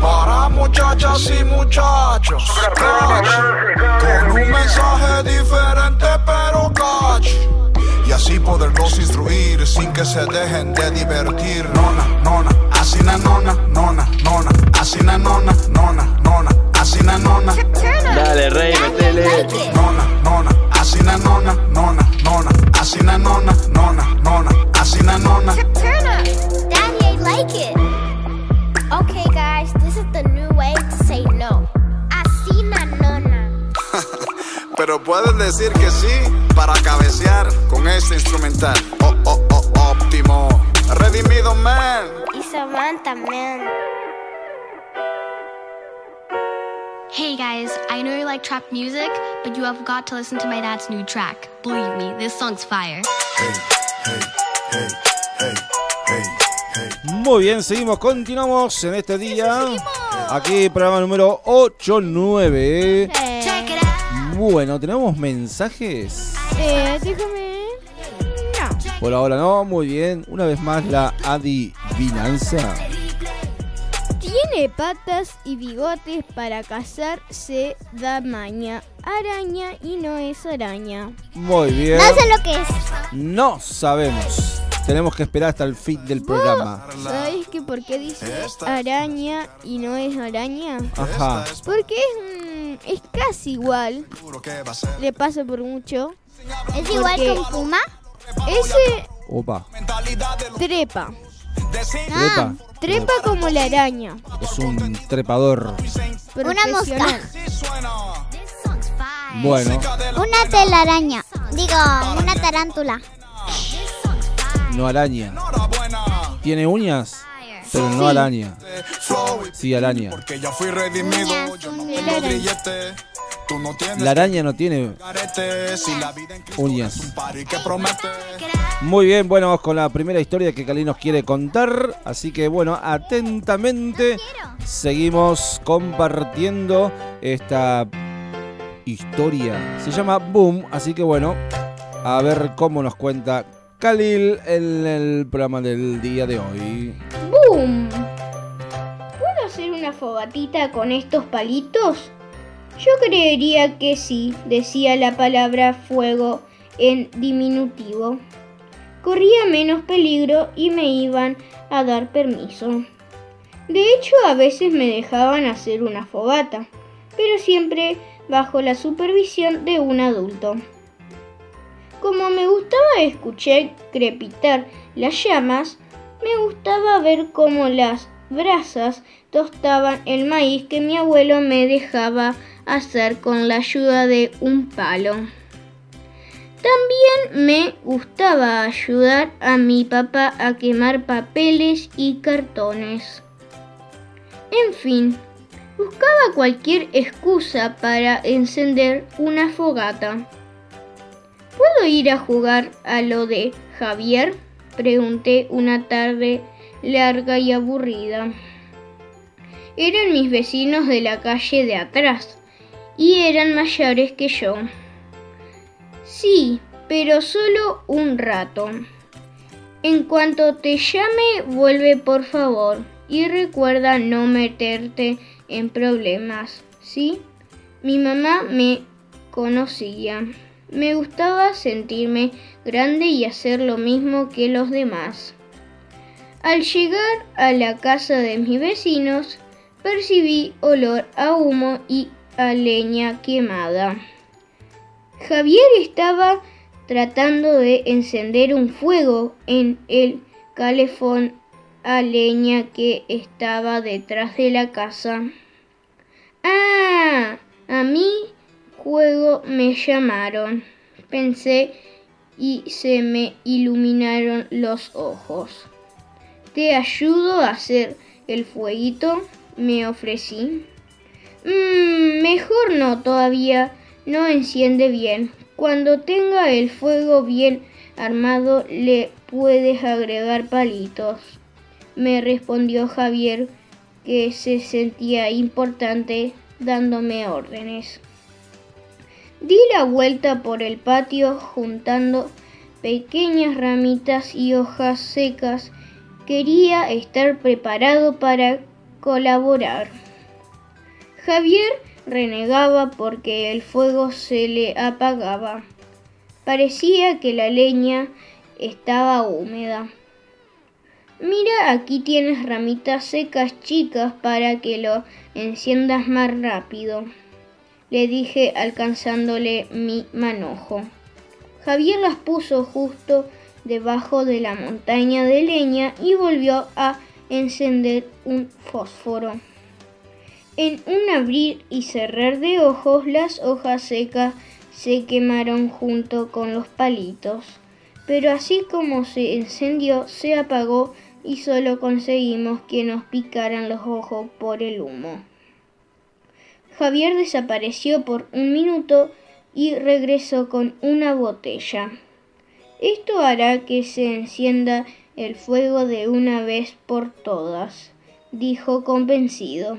Para muchachas y muchachos. Cachi. Con un mensaje diferente pero cachi. Y así poderlos instruir sin que se dejen de divertir. Nona, nona, así na nona, nona, nona, así na nona, nona, nona, así na nona. Dale, rey, metele. Nona, nona, así na nona, nona, nona, así na nona, nona, nona, así na nona. Turn up. Daddy, I like it. Okay, guys, this is the new way to say no. Así ganona, Pero puedes decir que sí para cabecear con este instrumental. Oh, oh, oh, óptimo. Redimido, man. y Samantha, man. Hey guys, I know you like trap music, but you have got to listen to my dad's new track. Believe me, this song's fire. Muy bien, seguimos, continuamos en este día. Aquí, programa número 89. Eh, Bueno, ¿tenemos mensajes? Eh, déjame. No. Por ahora no, muy bien. Una vez más la adivinanza. Tiene patas y bigotes para cazar, se da maña. Araña y no es araña. Muy bien. No sé lo que es. No sabemos. Tenemos que esperar hasta el fin del programa. ¿Sabes que por qué dice araña y no es araña? Ajá. Porque es, mm, es casi igual. Le pasa por mucho. ¿Es igual que un puma? Ese Opa. trepa. Trepa. Trepa como la araña. Es un trepador. Una mosca. Bueno, Una telaraña. Digo, una tarántula. no araña. Tiene uñas, pero no araña. Sí, araña. Que ya fui redimido, yo no tengo grillete. Tú no tienes La araña no tiene carete. Si la vida en Cristo es uñas. un party que promete. Muy bien, bueno, vamos con la primera historia que Cali nos quiere contar. Así que bueno, atentamente seguimos compartiendo esta historia. Se llama Boom, así que bueno, a ver cómo nos cuenta Khalil en el programa del día de hoy. ¡Boom! ¿Puedo hacer una fogatita con estos palitos? Yo creería que sí, decía la palabra fuego en diminutivo. Corría menos peligro y me iban a dar permiso. De hecho, a veces me dejaban hacer una fogata, pero siempre bajo la supervisión de un adulto. Como me gustaba escuchar crepitar las llamas, me gustaba ver cómo las brasas tostaban el maíz que mi abuelo me dejaba hacer con la ayuda de un palo. También me gustaba ayudar a mi papá a quemar papeles y cartones. En fin, buscaba cualquier excusa para encender una fogata. ¿Puedo ir a jugar a lo de Javier? Pregunté una tarde larga y aburrida. Eran mis vecinos de la calle de atrás y eran mayores que yo. Sí, pero solo un rato. En cuanto te llame, vuelve por favor y recuerda no meterte en problemas, ¿sí? Mi mamá me conocía. Me gustaba sentirme grande y hacer lo mismo que los demás. Al llegar a la casa de mis vecinos, percibí olor a humo y a leña quemada. Javier estaba tratando de encender un fuego en el calefón a leña que estaba detrás de la casa. ¡Ah! A mí juego me llamaron, pensé y se me iluminaron los ojos. ¿Te ayudo a hacer el fueguito? me ofrecí. Mmm, mejor no todavía. No enciende bien. Cuando tenga el fuego bien armado le puedes agregar palitos. Me respondió Javier que se sentía importante dándome órdenes. Di la vuelta por el patio juntando pequeñas ramitas y hojas secas. Quería estar preparado para colaborar. Javier renegaba porque el fuego se le apagaba. Parecía que la leña estaba húmeda. Mira, aquí tienes ramitas secas chicas para que lo enciendas más rápido, le dije alcanzándole mi manojo. Javier las puso justo debajo de la montaña de leña y volvió a encender un fósforo. En un abrir y cerrar de ojos, las hojas secas se quemaron junto con los palitos. Pero así como se encendió, se apagó y solo conseguimos que nos picaran los ojos por el humo. Javier desapareció por un minuto y regresó con una botella. Esto hará que se encienda el fuego de una vez por todas, dijo convencido.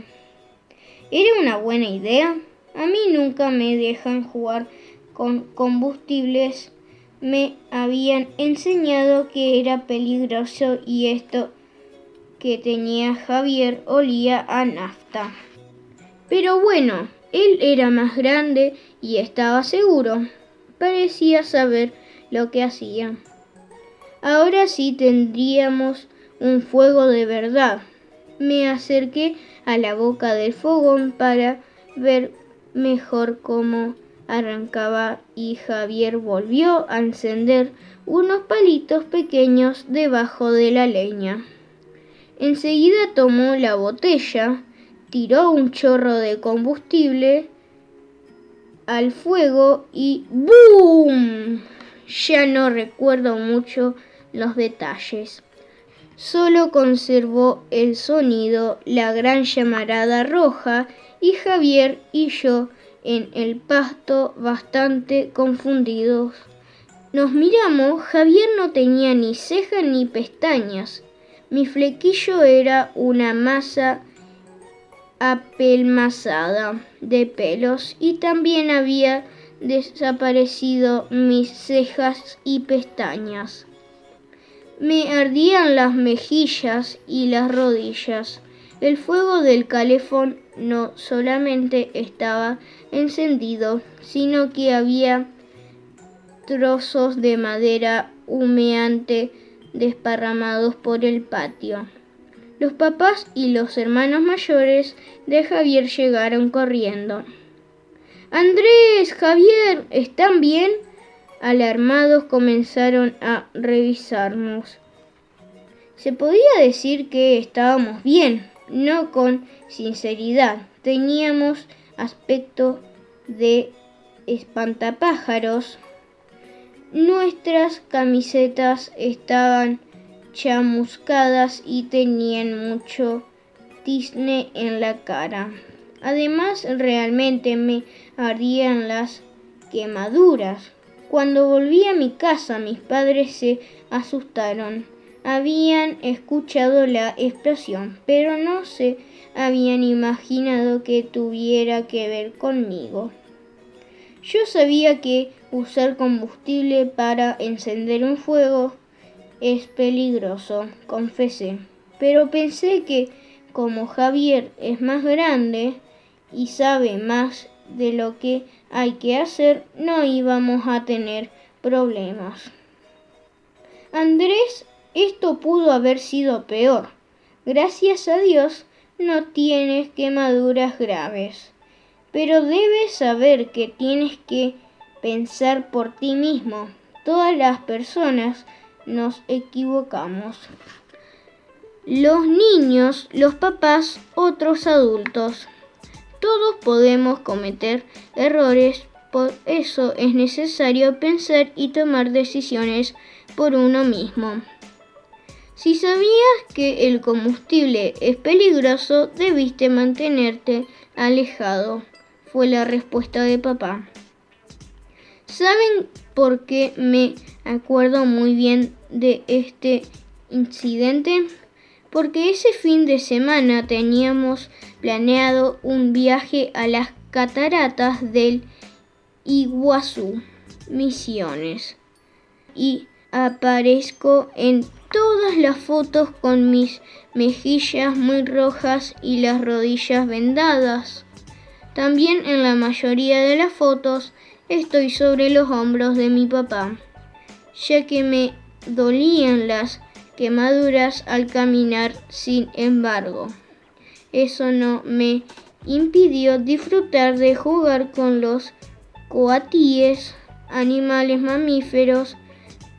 ¿Era una buena idea? A mí nunca me dejan jugar con combustibles. Me habían enseñado que era peligroso y esto que tenía Javier olía a nafta. Pero bueno, él era más grande y estaba seguro. Parecía saber lo que hacía. Ahora sí tendríamos un fuego de verdad. Me acerqué a la boca del fogón para ver mejor cómo arrancaba y Javier volvió a encender unos palitos pequeños debajo de la leña. Enseguida tomó la botella, tiró un chorro de combustible al fuego y ¡boom! Ya no recuerdo mucho los detalles solo conservó el sonido, la gran llamarada roja y Javier y yo en el pasto bastante confundidos. Nos miramos, Javier no tenía ni ceja ni pestañas. Mi flequillo era una masa apelmazada de pelos y también había desaparecido mis cejas y pestañas. Me ardían las mejillas y las rodillas. El fuego del calefón no solamente estaba encendido, sino que había trozos de madera humeante desparramados por el patio. Los papás y los hermanos mayores de Javier llegaron corriendo. Andrés, Javier, ¿están bien? alarmados comenzaron a revisarnos. Se podía decir que estábamos bien, no con sinceridad. Teníamos aspecto de espantapájaros. Nuestras camisetas estaban chamuscadas y tenían mucho tizne en la cara. Además, realmente me ardían las quemaduras. Cuando volví a mi casa mis padres se asustaron. Habían escuchado la explosión, pero no se habían imaginado que tuviera que ver conmigo. Yo sabía que usar combustible para encender un fuego es peligroso, confesé, pero pensé que como Javier es más grande y sabe más de lo que hay que hacer, no íbamos a tener problemas. Andrés, esto pudo haber sido peor. Gracias a Dios no tienes quemaduras graves. Pero debes saber que tienes que pensar por ti mismo. Todas las personas nos equivocamos. Los niños, los papás, otros adultos. Todos podemos cometer errores, por eso es necesario pensar y tomar decisiones por uno mismo. Si sabías que el combustible es peligroso, debiste mantenerte alejado, fue la respuesta de papá. ¿Saben por qué me acuerdo muy bien de este incidente? Porque ese fin de semana teníamos planeado un viaje a las cataratas del Iguazú, Misiones. Y aparezco en todas las fotos con mis mejillas muy rojas y las rodillas vendadas. También en la mayoría de las fotos estoy sobre los hombros de mi papá, ya que me dolían las quemaduras al caminar, sin embargo. Eso no me impidió disfrutar de jugar con los coatíes, animales mamíferos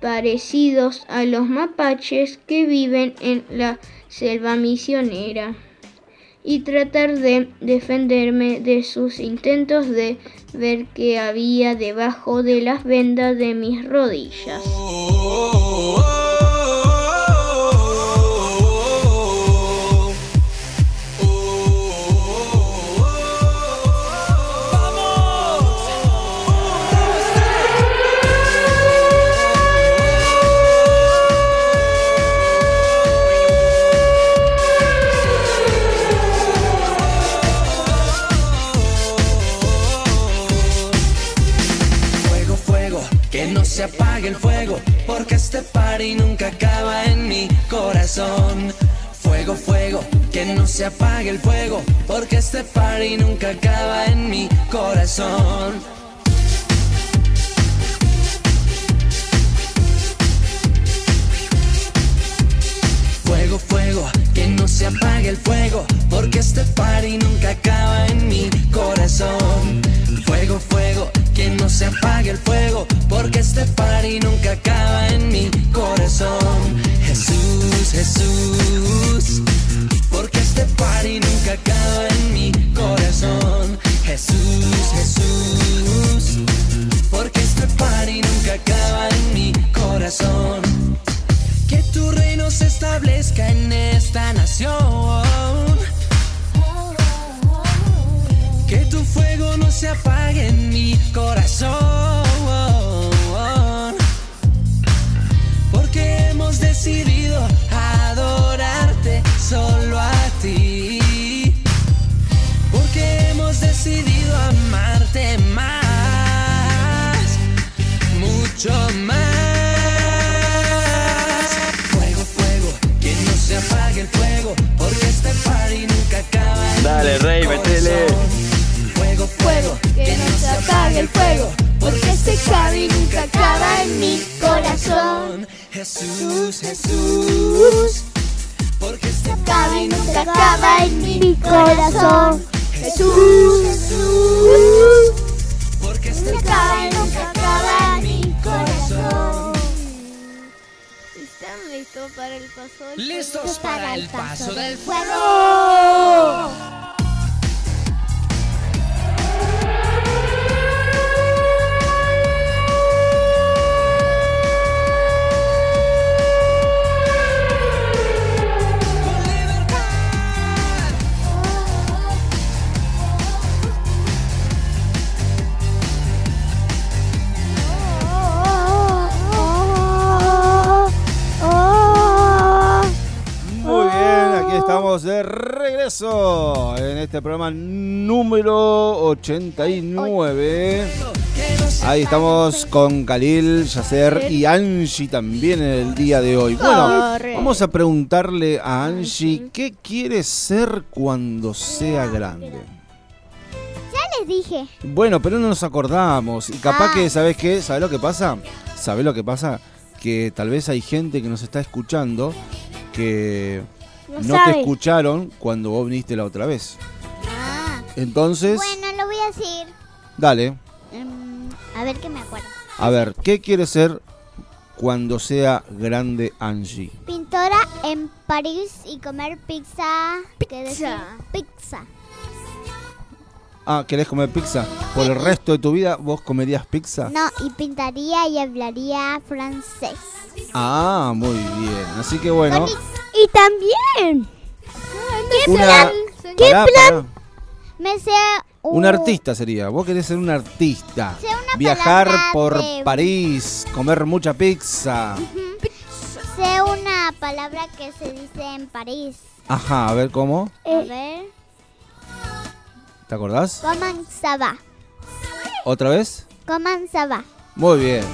parecidos a los mapaches que viven en la selva misionera y tratar de defenderme de sus intentos de ver qué había debajo de las vendas de mis rodillas. Fuego, fuego, que no se apague el fuego, porque este party nunca acaba en mi corazón. Fuego, fuego, que no se apague el fuego, porque este party nunca acaba en mi corazón. Fuego, fuego, que no se apague el fuego, porque este party nunca acaba en mi corazón. Fuego, fuego, que no se apague el fuego, porque este party nunca acaba en mi corazón. Jesús, Jesús, porque este party nunca acaba en mi corazón. Jesús, Jesús, porque este party nunca acaba en mi corazón. Que tu reino se establezca en esta nación. Que tu fuego no se apague en mi corazón. Porque hemos decidido adorarte solo a ti. Porque hemos decidido amarte más mucho más. Fuego, fuego, que no se apague el fuego, porque este party nunca acaba. en Dale, mi Rey, metele. Fuego, fuego, que no se apague el fuego, porque este party nunca acaba en mi corazón. Jesús, Jesús, porque este party nunca acaba en mi corazón. Jesús, Jesús, porque este party nunca acaba en mi corazón. ¿Están listos para el paso del Listos para el paso del fuego? Muy bien, aquí estamos de regreso en este programa número 89. Ahí estamos con Khalil, Yacer y Angie también en el día de hoy. Bueno, Corre. vamos a preguntarle a Angie qué quiere ser cuando sea grande. Ya les dije. Bueno, pero no nos acordamos. Y capaz Ah. que, ¿sabes qué? ¿Sabes lo que pasa? ¿Sabes lo que pasa? Que tal vez hay gente que nos está escuchando que No no sabe. te escucharon cuando vos viniste la otra vez. Entonces, Ah. Bueno, lo voy a decir. dale. Mm, a ver que me acuerdo. A ver, ¿qué quiere ser cuando sea grande Angie? Pintora en París y comer pizza. ¿Qué decir? Pizza. Ah, ¿querés comer pizza? ¿Por el resto de tu vida vos comerías pizza? No, y pintaría y hablaría francés. Ah, muy bien. Así que bueno, Y también. una... ¿Qué Pará, pará. plan? Me sea Un artista sería. Vos querés ser un artista. Sé una Viajar palabra por de- París, comer mucha pizza. Sé una palabra que se dice en París. Ajá, a ver cómo. A ver. ¿Te acordás? Coman sabá. ¿Otra vez? Coman sabá. Muy bien.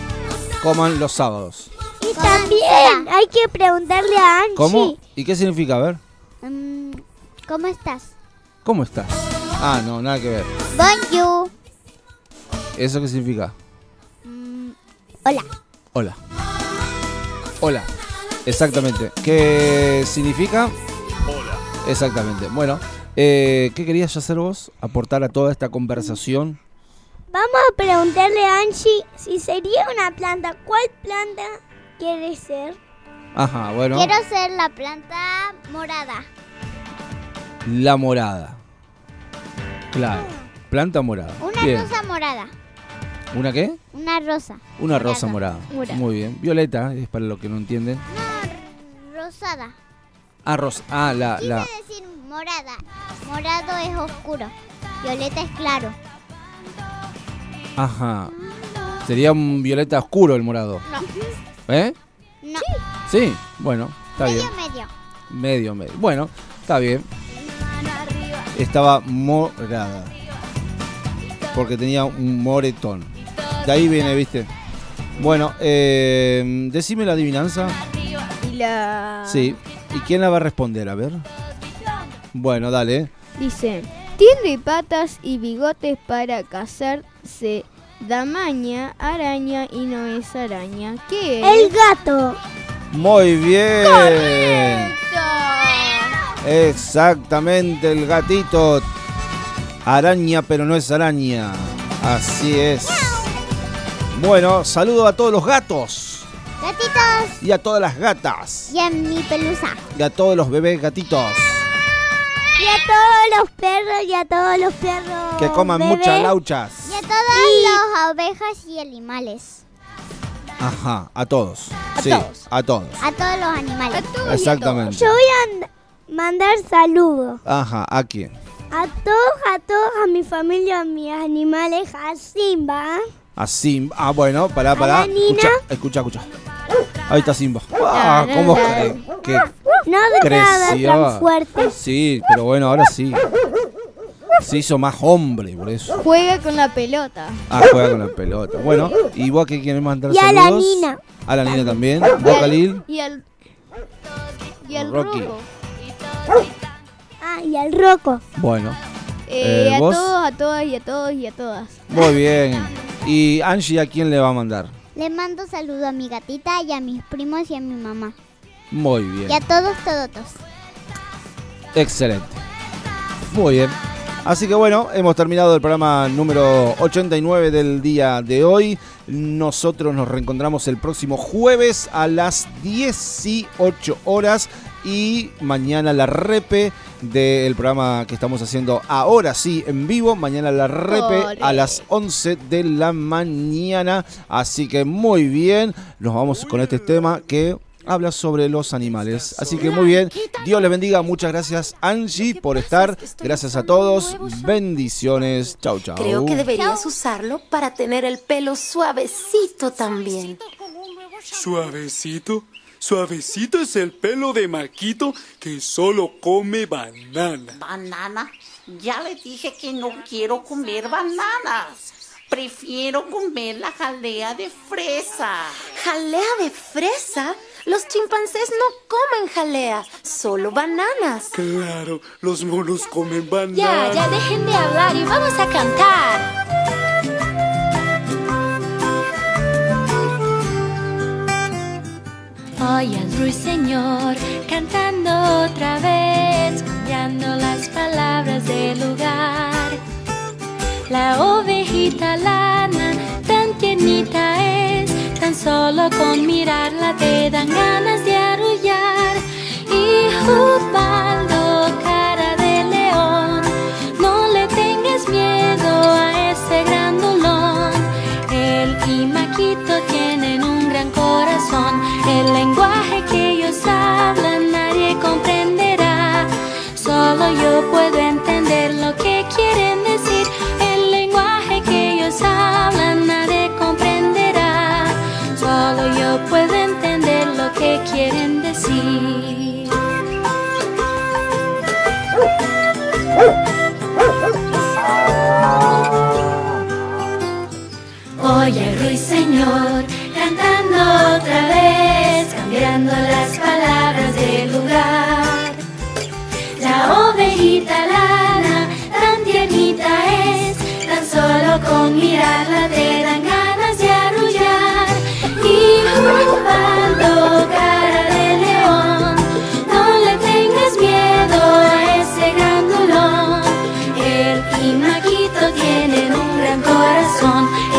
Coman los sábados. Y también hay que preguntarle a Angie. ¿Cómo? ¿Y qué significa? A ver. Mm, ¿Cómo estás? ¿Cómo estás? Ah, no, nada que ver. Bonjour. ¿Eso qué significa? Hola. Hola. Hola. Exactamente. ¿Qué significa? Hola. Exactamente. Bueno, eh, ¿qué querías hacer vos? Aportar a toda esta conversación. Vamos a preguntarle a Angie si sería una planta. ¿Cuál planta quiere ser? Ajá, bueno. Quiero ser la planta morada. La morada. Claro. Planta morada. Una bien. rosa morada. ¿Una qué? Una rosa. Una rosa morada. Morada. Muy bien. Violeta, es para los que no entienden. Rosada. Ah, rosa. Ah, la, la. Quiere decir morada. Morado es oscuro. Violeta es claro. Ajá. Sería un violeta oscuro el morado. No. ¿Eh? No. Sí. Bueno, está bien. Medio, medio. Medio, medio. Bueno, está bien. Estaba morada. Porque tenía un moretón. De ahí viene, viste. Bueno, eh, decime la adivinanza. Y Ah. la... Sí. ¿Y quién la va a responder? A ver. Bueno, dale. Dice, tiene patas y bigotes para cazar, se da maña, araña y no es araña. ¿Qué es? El gato. Muy bien. Exactamente, el gatito. Araña, pero no es araña. Así es. Bueno, saludo a todos los gatos Gatitos. y a todas las gatas. Y a mi pelusa. Y a todos los bebés gatitos. Y a todos los perros y a todos los perros. Que coman bebés. muchas lauchas. Y a todas las ovejas y animales. Ajá, a todos. A sí, todos. a todos. A todos los animales. Exactamente. Yo voy a and- mandar saludos Ajá, ¿a quién? a todos, a todos, a mi familia, a mis animales, a Simba. A Simba. Ah, bueno, pará, pará. la Nina? Escucha, escucha, escucha. Ahí está Simba. Ah, no, ¿Cómo no. cre- que No dejaba creció? tan fuerte. ah. Sí, pero bueno, ahora sí. Se hizo más hombre por eso. Juega con la pelota. Ah, juega con la pelota. Bueno, ¿y vos a qué quieres mandar Y a la saludos? Nina. A la Nina también. ¿Vos, Khalil? Y al... Y al Rocky. rojo. Ah, y al roco. Bueno. Eh, Eh, a ¿Vos? todos, a todas y a todos y a todas. Muy bien. ¿Y Angie a quién le va a mandar? Le mando saludo a mi gatita y a mis primos y a mi mamá. Muy bien. Y a todos todotos. Excelente. Muy bien. Así que bueno, hemos terminado el programa número 89 del día de hoy. Nosotros nos reencontramos el próximo jueves a las 18 horas y mañana la repe del programa que estamos haciendo ahora sí en vivo. Mañana la repe a las 11 de la mañana. Así que muy bien, nos vamos con este tema que habla sobre los animales. Así que muy bien, Dios les bendiga. Muchas gracias Angie por estar. Gracias a todos. Bendiciones. Chau, chau. Creo que deberías usarlo para tener el pelo suavecito también. Suavecito. Suavecito es el pelo de Maquito que solo come banana. Banana. Ya le dije que no quiero comer bananas. Prefiero comer la jalea de fresa. ¿Jalea de fresa? Los chimpancés no comen jalea, solo bananas. Claro, los monos comen banana. Ya, ya dejen de hablar y vamos a cantar. Hoy al ruiseñor cantando otra vez, cambiando las palabras del lugar. La ovejita lana tan tiernita es, tan solo con mirarla te dan ganas de arrullar. Y Ubaldo, cara de león, no le tengas miedo a ese grandulón. Él y Maquito tienen un gran corazón. El lenguaje que ellos hablan nadie comprenderá. Solo yo puedo entender lo que quiere solo yo puedo entender lo que quieren decir. Oye, ruiseñor, cantando otra vez, cambiando las palabras de lugar. La ovejita lana, tan tiernita es, tan solo con mirarla te dan ganas de arrullar. Y culpando cara de león, no le tengas miedo a ese grandulón. El Imaquito tiene un gran corazón.